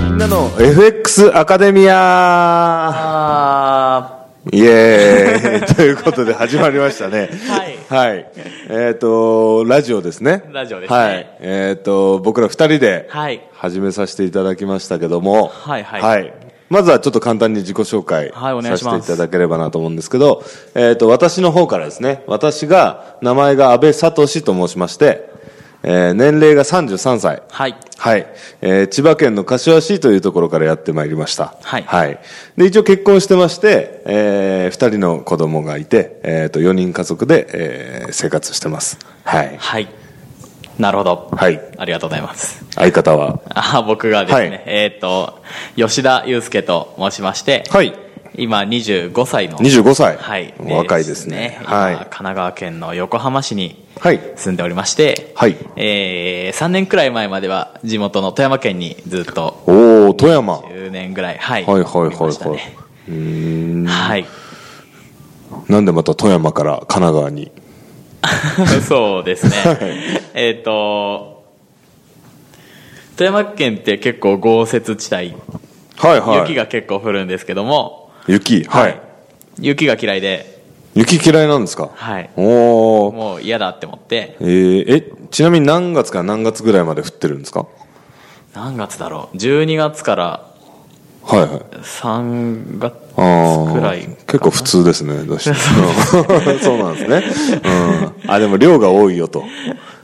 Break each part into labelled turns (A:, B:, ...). A: みんなの FX アカデミア
B: あ
A: イエ ーイということで始まりましたね。
B: はい
A: はい。えっ、と、ラジオですね。
B: ラジオですね
A: はい。えっ、と、僕ら二人で
B: ーはい。
A: 始めさせていただきましたけども。
B: はいはい
A: まずはちょっと簡単に自己紹介
B: はいお願い
A: させ
B: してま
A: い
B: す
A: ただければなと思うんですけど、えっ、と、私の方からですね、私が、名前が安倍聡と申しまして、えー年齢が33歳。
B: はい。
A: はい、えー千葉県の柏市というところからやってまいりました、
B: はい
A: で一応結婚してまして、え2人の子供がいて、えー、と4人家族で、えー生活してますはい、
B: はい。なるほど。
A: はい、
B: ありがとうございます。
A: 相方は
B: あー僕がですね、
A: はい
B: えっ、と、吉田祐介と申しまして、
A: はい
B: 今25歳の。
A: 25歳、
B: はい。
A: 若いですねは
B: 今神
A: い、
B: 奈川県の横浜市に
A: はい、
B: 住んでおりまして、
A: はい
B: えー、3年くらい前までは地元の富山県にずっと
A: おお富山はい
B: 10年ぐらい、はい。
A: はいはい
B: おりました
A: はい
B: ね
A: うーん
B: はい。
A: なんでまた富山から神奈川に
B: そうですね
A: はい。
B: えっと、富山県って結構豪雪地帯、
A: はいはい
B: 雪が結構降るんですけども、
A: 雪はい、
B: 雪が嫌いで、
A: 雪嫌いなんですか、
B: はい
A: おお
B: もう嫌だって思って、
A: えーえちなみに何月から何月ぐらいまで降ってるんですか
B: 何月だろう ?12 月から
A: はいはい
B: 3月
A: ああ
B: くらい。
A: 結構普通ですね出してうん そうなんですね、うん、あでも量が多いよと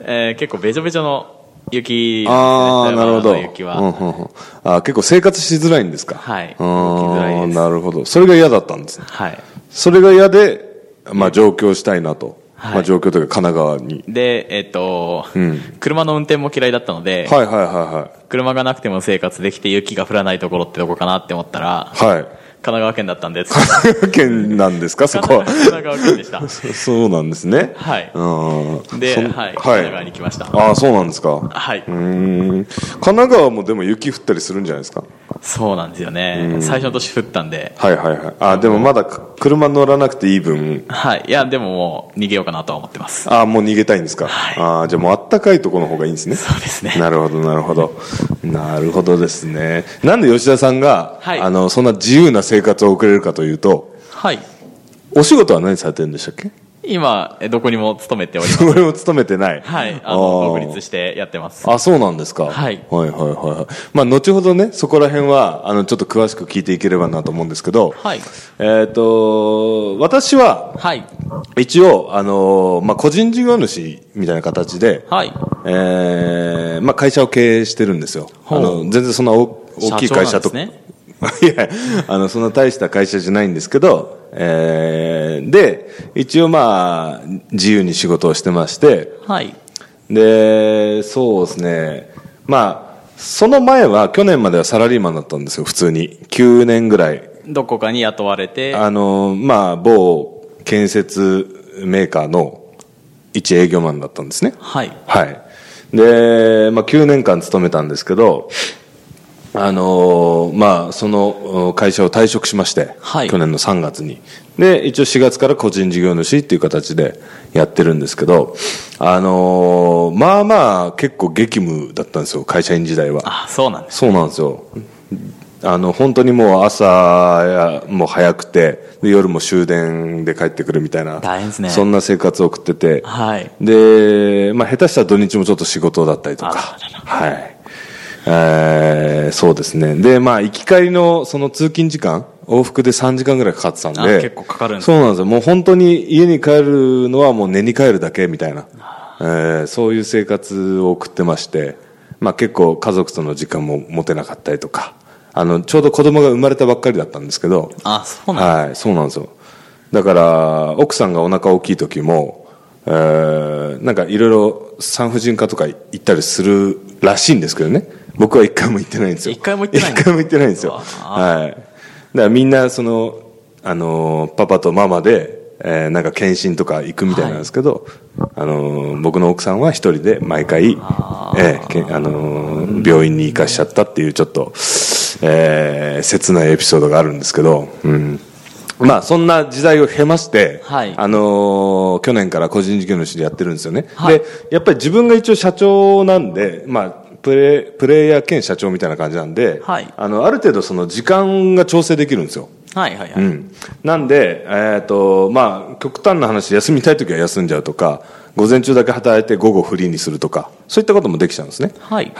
B: えー結構べちょべちょの雪ですね
A: ああ
B: 富
A: な
B: 山
A: るほど、
B: の雪は、
A: うんうんうんあー結構生活しづらいんですか
B: はい動
A: あ
B: きづらい
A: ー
B: です
A: なるほどそれが嫌だったんですね
B: はい。
A: それが嫌で、まあ、上京したいなと、
B: はい
A: まあ、上京というか神奈川に
B: で、えっ、と、
A: うん
B: 車の運転も嫌いだったので、
A: はいはいは
B: 車がなくても生活できて雪が降らないところってどこかなって思ったら、
A: いはいはい
B: 神奈川県だったんです。
A: 神奈川県なんですかそこは
B: 神奈川県でした。
A: そ そうなんですね
B: はい
A: うん
B: で、
A: そ
B: は
A: ん
B: い、神奈川に来ました。
A: ああそうなんですか
B: はい、
A: うーん神奈川もでも雪降ったりするんじゃないですか
B: そうなんですよね。最初の年降ったんで、
A: はいはいはいあでもまだか車乗らなくていい分
B: はい。いや、でももう逃げようかなとは思ってます。
A: あもう逃げたいんですか、
B: はい
A: あじゃあもうあったかいとこの方がいいんですね
B: そうですね
A: なるほどなるほどなるほどですねなんで吉田さんが、
B: はい
A: あのそんな自由な生活を送れるかというと
B: はい。
A: お仕事は何されてるんでした っけ
B: 今、えどこにも勤めております。
A: 俺も勤めて ない
B: はい。あ
A: ー
B: の、独立してやってます。
A: あ、そうなんですか。
B: はい
A: はいはいはいはい。まあ、後ほどね、そこら辺は、あの、ちょっと詳しく聞いていければなと思うんですけど、
B: はい
A: えっ、と、私は、
B: はい。
A: 一応、あの、まあ、個人事業主みたいな形で、
B: はい。
A: えーまあ、会社を経営してるんですよ。
B: ほ
A: あ
B: う
A: の、全然そんな大大きい会社と
B: 社長なんで
A: いや、あの、そんな大した会社じゃないんですけど、えーで、一応まあ、自由に仕事をしてまして、
B: はい。
A: で、そうですね。まあ、その前は、去年まではサラリーマンだったんですよ、普通に。9年ぐらい。
B: どこかに雇われて、
A: あの、まあ、某建設メーカーの一営業マンだったんですね。
B: はい。
A: はい。で、まあ、9年間勤めたんですけど、あのまあ、そのお会社を退職しまして、
B: はい
A: 去年の3月に。で、一応4月から個人事業主っていう形でやってるんですけど、あのまあまあ結構激務だったんですよ、会社員時代は。
B: あ、そうなんです。
A: そうなんですよ。あの、本当にもう朝やも早くて、で夜も終電で帰ってくるみたいな。
B: 大変ですね
A: そんな生活を送ってて。
B: はい。
A: で、まあ、下手したら土日もちょっと仕事だったりとか、
B: あらら
A: はいえーそうですね、で、まあ、行き帰りのその通勤時間、往復で3時間ぐらいかかってたんで、
B: あ結構かかるんですね
A: そうなんですよ、もう本当に家に帰るのはもう寝に帰るだけみたいな、えーそういう生活を送ってまして、まあ、結構家族との時間も持てなかったりとか、あのちょうど子供が生まれたばっかりだったんですけど、
B: あ、そうなんです。
A: はい、そうなんですよ。だから、奥さんがお腹大きい時も、えーなんかいろいろ産婦人科とか行ったりするらしいんですけどね。僕は一回も行ってないんですよ。
B: 一回も行ってないんだ
A: 一回も行ってないんですよ。
B: うわ
A: はい。だからみんな、その、あのーパパとママで、えーなんか検診とか行くみたいなんですけど、あのー僕の奥さんは一人で毎回、え
B: あ
A: ーけあのー病院に行かしちゃったっていうちょっと、えー切ないエピソードがあるんですけど、うん。まあ、そんな時代を経まして、
B: はい
A: あのー去年から個人事業主でやってるんですよね。
B: はい
A: で、やっぱり自分が一応社長なんで、まあ、プレプレイヤー兼社長みたいな感じなんで、
B: はい
A: あの、ある程度その時間が調整できるんですよ。
B: はいはいは
A: う
B: い。
A: ん、なんで、えーとまあ、極端な話休みたい時は休んじゃうとか午前中だけ働いて午後フリーにするとかそういったこともできちゃうんですね、
B: はい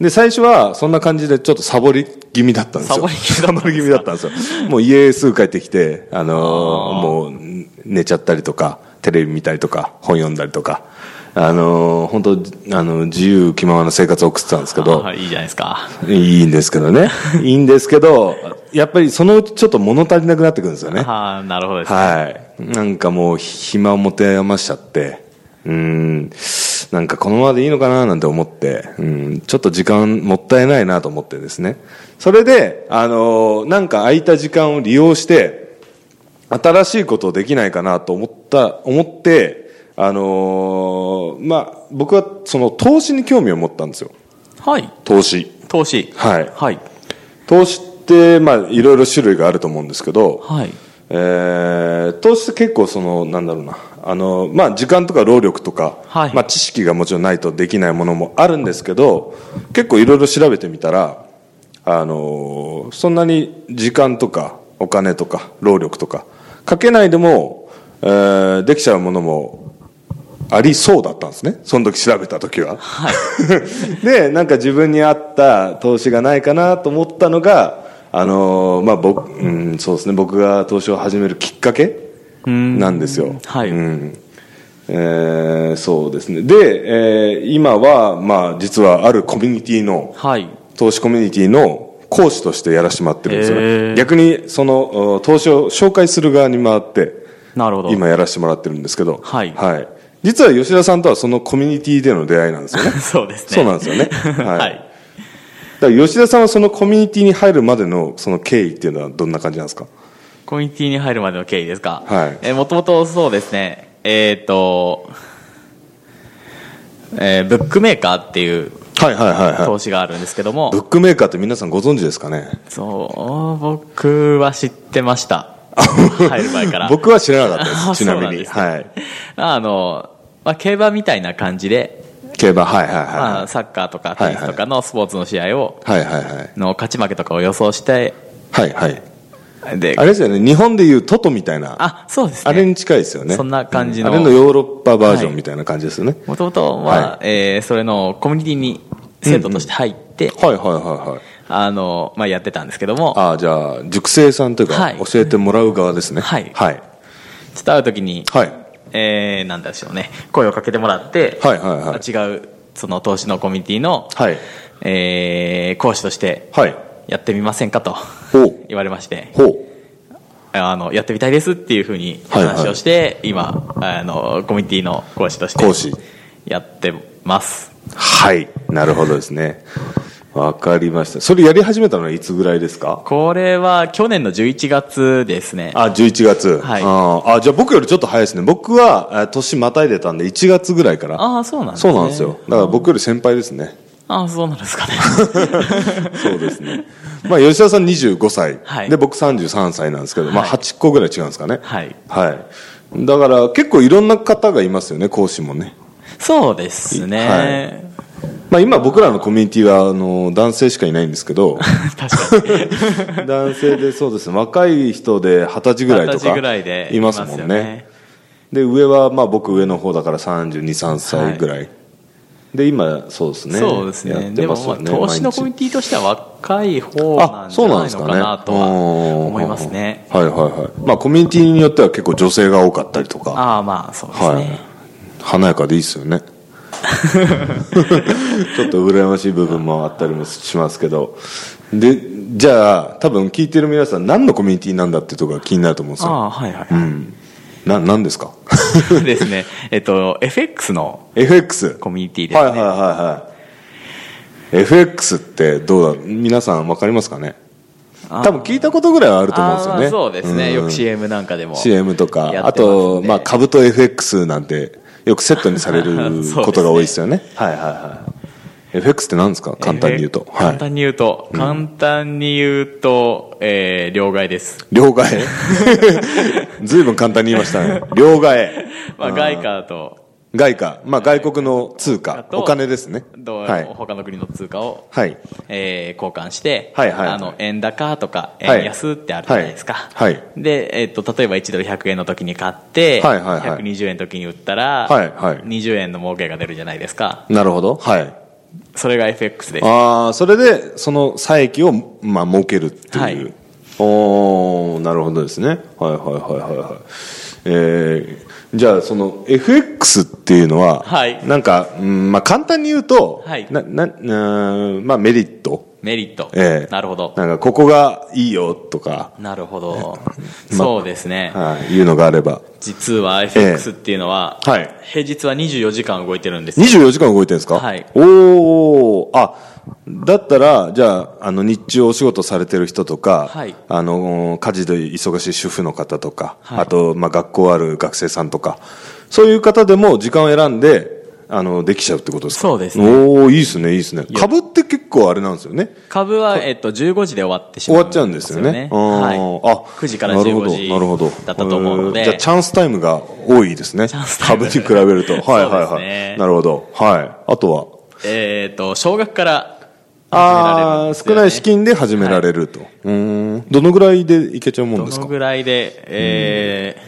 A: で最初はそんな感じでちょっとサボり気味だったんですよ
B: サボり気味だったんですか
A: サボり気味だったんですよもう家すぐ帰ってきて、あのーもう寝ちゃったりとかテレビ見たりとか本読んだりとか、あのー本当あの自由気ままな生活を送ってたんですけど、
B: はい、いいじゃないですか。
A: いいんですけどね。いいんですけど、やっぱりそのうちちょっと物足りなくなってくるんですよね。は
B: はあ、なるほどです。
A: い。なんかもう暇を持て余しちゃって、うん、なんかこのままでいいのかななんて思って、うん、ちょっと時間もったいないなと思ってですね。それで、あのーなんか空いた時間を利用して、新しいことをできないかなと思った、思って、あのーまあ、僕はその投資に興味を持ったんですよ。
B: はい。
A: 投資。
B: 投資。
A: はい
B: はい。
A: 投資って、まあ、いろいろ種類があると思うんですけど、
B: はい。
A: えー投資って結構その、なんだろうな、あの、まあ、時間とか労力とか、
B: はい
A: まあ、知識がもちろんないとできないものもあるんですけど、結構いろいろ調べてみたら、あのーそんなに時間とかお金とか労力とかかけないでも、えーできちゃうものもありそうだったんですね。その時調べた時は。 で、なんか自分に合った投資がないかなと思ったのが、あのーまあ、僕、うん、そうですね、僕が投資を始めるきっかけ
B: うん
A: なんですよ。
B: はい
A: うんえーそうですね。で、えー今は、まあ、実はあるコミュニティの、
B: はい。
A: 投資コミュニティの講師としてやらせてもらってるんですよ
B: へ
A: ね。
B: ー
A: 逆に、その、お投資を紹介する側に回って、
B: なるほど。
A: 今やらせてもらってるんですけど、
B: はい
A: 実は吉田さんとはそのコミュニティでの出会いな んですよね。
B: そうですね。
A: そうなんです よねは
B: はいい。
A: だから吉田さんはそのコミュニティに入るまでのその経緯っていうのはどんな感じなんですか
B: コミュニティに入るまでの経緯ですか。
A: はい
B: えー、もともとそうですね、えっ、と、えーブックメーカーっていう
A: はいはいはい
B: 投資があるんですけども、
A: ブックメーカーって皆さんご存知ですかね
B: そう、僕は知ってました。入る前から。
A: 僕は知らなかったで
B: あ
A: す。ちなみ
B: そう
A: に。
B: んですね
A: はい。
B: あの、まあ、競馬みたいな感じで、
A: 競馬、はいはい
B: まあ、
A: は
B: サッカーとかテニスとかのスポーツの試合を、
A: い。はいはいはい。
B: の勝ち負けとかを予想して、
A: はいはい。
B: で、
A: あれですよね、日本でいうトトみたいな、
B: あそうですね。
A: あれに近いですよね。
B: そんな感じの
A: うんあれのヨーロッパバージョンみたいな感じですよね。
B: もともと
A: は
B: は、えーそれのコミュニティに生徒として入って、
A: はいはいはいはい。
B: あの、まあ、やってたんですけども、
A: ああ、じゃあ、塾生さんという
B: は
A: か、
B: い
A: 教えてもらう側ですね。
B: はい
A: はい。
B: ちょっと会う時に、
A: はい。
B: えーなんでしょうね、声をかけてもらって、
A: はいはいはい
B: 違う、その投資のコミュニティの、
A: はい
B: えー講師として、
A: はい。
B: やってみませんかと
A: ほう。
B: 言われまして、
A: ほう。
B: あの、やってみたいですっていうふうに
A: はいはい
B: 話をして、今、あの、コミュニティの講師として、
A: 講師
B: やってます。
A: はい。なるほどですね。わかりました。それやり始めたのはいつぐらいですか
B: これは去年の11月ですね。
A: あ、11月。
B: はい
A: ああ、じゃあ僕よりちょっと早いですね。僕はえー年またいでたんで1月ぐらいから。
B: ああ、そうなんです
A: そ
B: ね。
A: うなんですよ。だから僕より先輩ですね。
B: ああ、そうなんですかね。
A: そうですね。まあ吉田さん25歳。
B: はい
A: で、僕33歳なんですけど、まあ
B: はい
A: 8個ぐらい違うんですかね。
B: はい。
A: はい。だから結構いろんな方がいますよね、講師もね。
B: そうですね。
A: まあ今僕らのコミュニティはあの男性しかいないんですけど、
B: 確かに。
A: 男性でそうですね若い人で二十歳ぐらいと
B: 二十歳
A: か
B: ぐらいで
A: いますもんね
B: いますよね
A: で上はまあ僕上の方だから323歳ぐらい、で今そうですね
B: そうです
A: や
B: ね。
A: っ
B: で
A: てま
B: も
A: す
B: ま
A: よ
B: あ、
A: ね
B: 投資の
A: 毎日
B: コミュニティとしては若い方なんじゃないのかなとは思いますね。
A: はいはいはいまあコミュニティによっては結構女性が多かったりとか
B: ああ、まあ、そうです
A: はい
B: ね。
A: 華やかでいいですよね ちょっと羨ましい部分もあったりもしますけどでじゃあ多分聞いてる皆さん何のコミュニティなんだっていうところが気になると思うんです
B: あ
A: よ
B: あ、はいは
A: うんな何ですか
B: い。ですね。えっと、FX の
A: FX
B: コミュニティで
A: はい
B: す
A: はいはい
B: ね。
A: はい。FX ってどうだ皆さんわかりますかね
B: あー
A: 多分聞いたことぐらいはあると思うんです
B: あ
A: よ
B: あま
A: ね。
B: あそうですね。よく
A: うん
B: CM なんかでも。
A: CM と
B: やって
A: か、
B: ます
A: あ
B: んで
A: と、まあ、株と FX なんて、よくセットにされ
B: そうです
A: る
B: ね
A: ことが多いですよね。はいはいは FX って何ですか簡単に言うと。
B: えー簡単に言うと、簡単に言うと、えー、両替です。
A: 両替 ずいぶん簡単に言いまし たね。両替。
B: まあ、外貨と、
A: 外貨。まあ外国の通貨。
B: と
A: お金ですね。
B: どう
A: はい。
B: 他の国の通貨を、
A: はい。
B: えー交換して、
A: はいはいはい
B: あの、円高とか、
A: はい
B: 円安ってあるじゃないですか。
A: はいは
B: で、えっ、と、例えば1ドル100円の時に買って、
A: はいはいはい
B: 120円の時に売ったら、
A: はいはい
B: 20円の儲けが出るじゃないですか。
A: なるほど。はい。
B: それが FX です。
A: ああ、それで、その差益を、まあ、儲けるって
B: は
A: いう。
B: い
A: おおなるほどですね。はいはいはいはいはい。えー、じゃあ、その FX っていうのは、
B: はい
A: なんか、うんまあ、簡単に言うと、
B: はい
A: な、な、うんまあ、メリット。
B: メリット。
A: ええ
B: なるほど。
A: なんか、ここがいいよとか、
B: なるほど。そうですね。
A: はい、いうのがあれば。
B: 実は FX っていうのは、
A: ええはい
B: 平日は24時間動いてるんですよ。
A: 24時間動いてるんですか
B: はい
A: おーあ、だったら、じゃあ、あの、日中お仕事されてる人とか、
B: はい
A: あの、家事で忙しい主婦の方とか、
B: はい
A: あと、まあ、学校ある学生さんとか、そういう方でも時間を選んで、あの、できちゃうってことですか
B: そうですね
A: おーいいですね、いいですね。株って結構あれなんですよね。
B: 株は、えっと、15時で終わってし
A: 終
B: まう
A: わっちゃうんですよね。あ
B: はい。
A: ーあ
B: 9時から
A: なるほどなるほ
B: 15
A: ど
B: 時だったと思うの
A: え
B: で。
A: ーじゃあ、チャンスタイムが多いですね
B: ャンス。タイム
A: 株に比べると。はい
B: そ
A: はい
B: う
A: は
B: です
A: い。
B: ね
A: なるほど。はい。あとは
B: えっ、と、小学から
A: ああ、
B: 始め
A: 少
B: ら
A: な
B: れるんで
A: い
B: す
A: 資
B: よね
A: 金で始められると。うーん。どのぐらいでいけちゃうもんです
B: ど
A: か
B: のぐらいで、え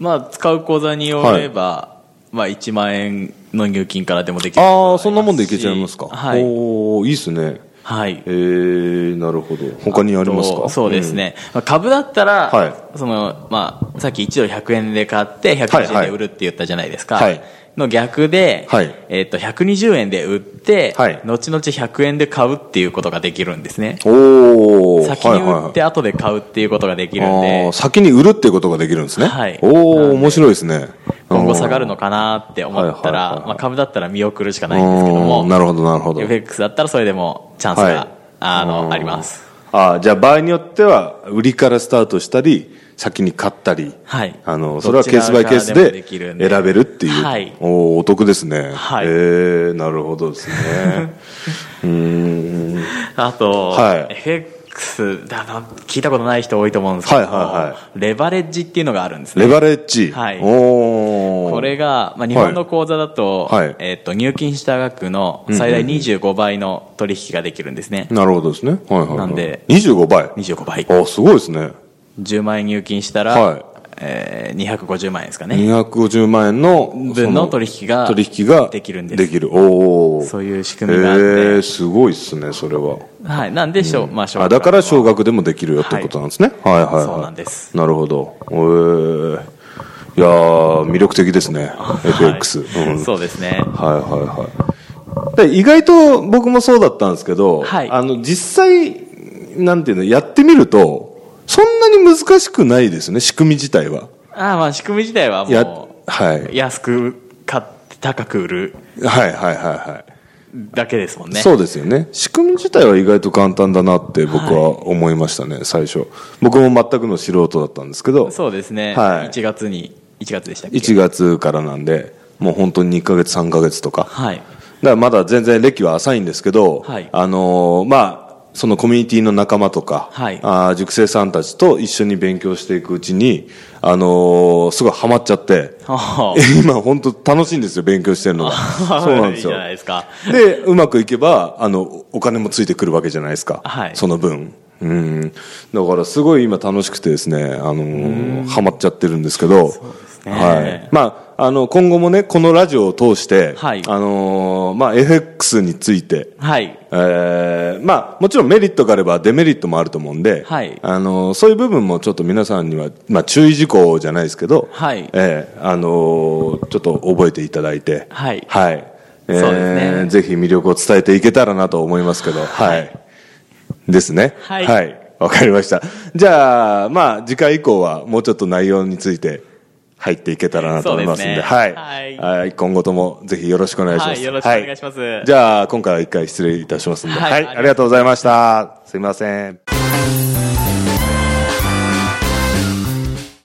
B: ーまあ、使う口座によれば、まあ、1万円の入金からでもできる
A: ああ、そんなもんでいけちゃいますか。
B: はい。
A: おーいいっすね。
B: はい
A: え。ー、なるほど。他にあります
B: と
A: か
B: そうです。ね。まあ、株だったら、
A: はい
B: その、まあ、さっき1ドル100円で買って、120円で売るって言ったじゃないですか。
A: はい
B: の逆で、
A: はい
B: えっ、と、120円で売って、
A: はい
B: 後々100円で買うっていうことができるんですね。
A: うんおー
B: 先に売って後で買うっていうことができるん
A: あ
B: で
A: ー、先に売るっていうことができるんですね。
B: はい
A: おー面白いですね。
B: 今後下がるのかなって思った
A: はいはいはいは
B: ら
A: い、
B: まあ株だったら見送るしかないんですけど
A: う
B: も
A: ん、なるほど、なるほど。
B: FX だったらそれでもチャンス
A: はい
B: が、あ
A: う
B: の、
A: ん
B: あります。
A: ああ、じゃあ場合によっては、売りからスタートしたり、先に買ったり、
B: はい
A: あの、
B: ど
A: それはケースバイケース
B: ちらからでも
A: で
B: できる
A: 選
B: んで
A: べるっていう。
B: はい
A: おーお得ですね。
B: はい
A: えー、なるほ どですね。うーん。
B: あと
A: は、い
B: FX、だな聞いたことない人多いと思うんですけど
A: はいはいは、
B: レバレッジっていうのがあるんです
A: レ
B: ね。
A: バレッジ。
B: はい
A: おー
B: これが、まあ、日本の口座だと
A: はい、
B: えっと、入金した額の最大25倍の取引ができるんですね。
A: なるほどですね。はいはい、はい。
B: なんで
A: 25倍。
B: 25倍。
A: ああ、すごいですね。
B: 10万円入金した
A: はい
B: ら、えー250万円ですかね。
A: 250万円のそ
B: 分の取引が
A: 取引が
B: できるんです
A: できる。おー
B: そういう仕組みがあって
A: えー、すごいですね、それは。
B: はい。なんで、しょうまあ、小
A: あ
B: 学
A: だから
B: は
A: 少額でもできるよってことなんですね、はい、はいはいはい
B: そうなんです
A: なるほどえー、いやー魅力的ですね FX、うん
B: そうですね。
A: はいはいはいで意外と僕もそうだったんですけど、
B: はい
A: あの実際なんていうのやってみるとそんなに難しくないですね仕組み自体は
B: ああ、まあ仕組み自体は
A: や
B: も
A: はい、
B: う、安く買って高く売る
A: はいはいはいはい
B: だけですもんね。
A: そうですよね。仕組み自体は意外と簡単だなって僕は思いましたね、最初。僕も全くの素人だったんですけど、
B: そうですね。
A: はい
B: 1月に、1月でしたっけ
A: 1月からなんで、もう本当に2ヶ月、3ヶ月とか。
B: はい。
A: だからまだ全然歴は浅いんですけど、
B: はい
A: あのーまあ、そのコミュニティの仲間とか、
B: はい
A: あー塾生さんたちと一緒に勉強していくうちに、あのーすごいハマっちゃって、
B: あ
A: 今本当楽しいんですよ、勉強して るのが。
B: あ
A: そうなんですよ。
B: いいじゃないですか。
A: で、うまくいけば、あの、お金もついてくるわけじゃないですか。
B: はい
A: その分。うん。だから、すごい今楽しくてですね、あのーハマっちゃってるんですけど。
B: ね
A: はい。まあ、あの、今後もね、このラジオを通して、
B: はい
A: あのーまあ、FX について、
B: はい。
A: えーまあ、もちろんメリットがあればデメリットもあると思うんで、
B: はい
A: あのそういう部分もちょっと皆さんには、まあ、注意事項じゃないですけど、
B: はい
A: えーあのーちょっと覚えていただいて、
B: はい
A: えー
B: そうですね
A: ぜひ魅力を伝えていけたらなと思いますけど、はいですね。
B: はい
A: わかりました。じゃあ、まあ、次回以降はもうちょっと内容について入っていけたらなと思いますんで、
B: そうですね
A: はい、
B: はい
A: はい今後ともぜひよろしくお願いします。
B: はいよろしくお願いします
A: はじゃあ、今回は一回失礼いたしますんで。
B: はい
A: はい、ありがとうございました。すいません。